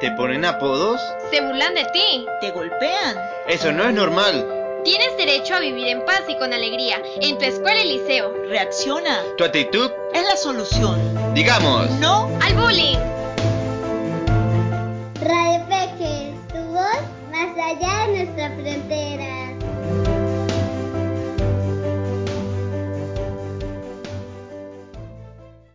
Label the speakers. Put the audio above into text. Speaker 1: te ponen apodos,
Speaker 2: se burlan de ti.
Speaker 3: Te golpean.
Speaker 1: eso no es normal.
Speaker 2: Tienes derecho a vivir en paz y con alegría en tu escuela y liceo.
Speaker 3: Reacciona.
Speaker 1: Tu actitud,
Speaker 3: Es la solución.
Speaker 1: digamos,
Speaker 3: No
Speaker 2: ¡Al bullying!
Speaker 4: Radio Peques, tu voz más allá de nuestra frontera.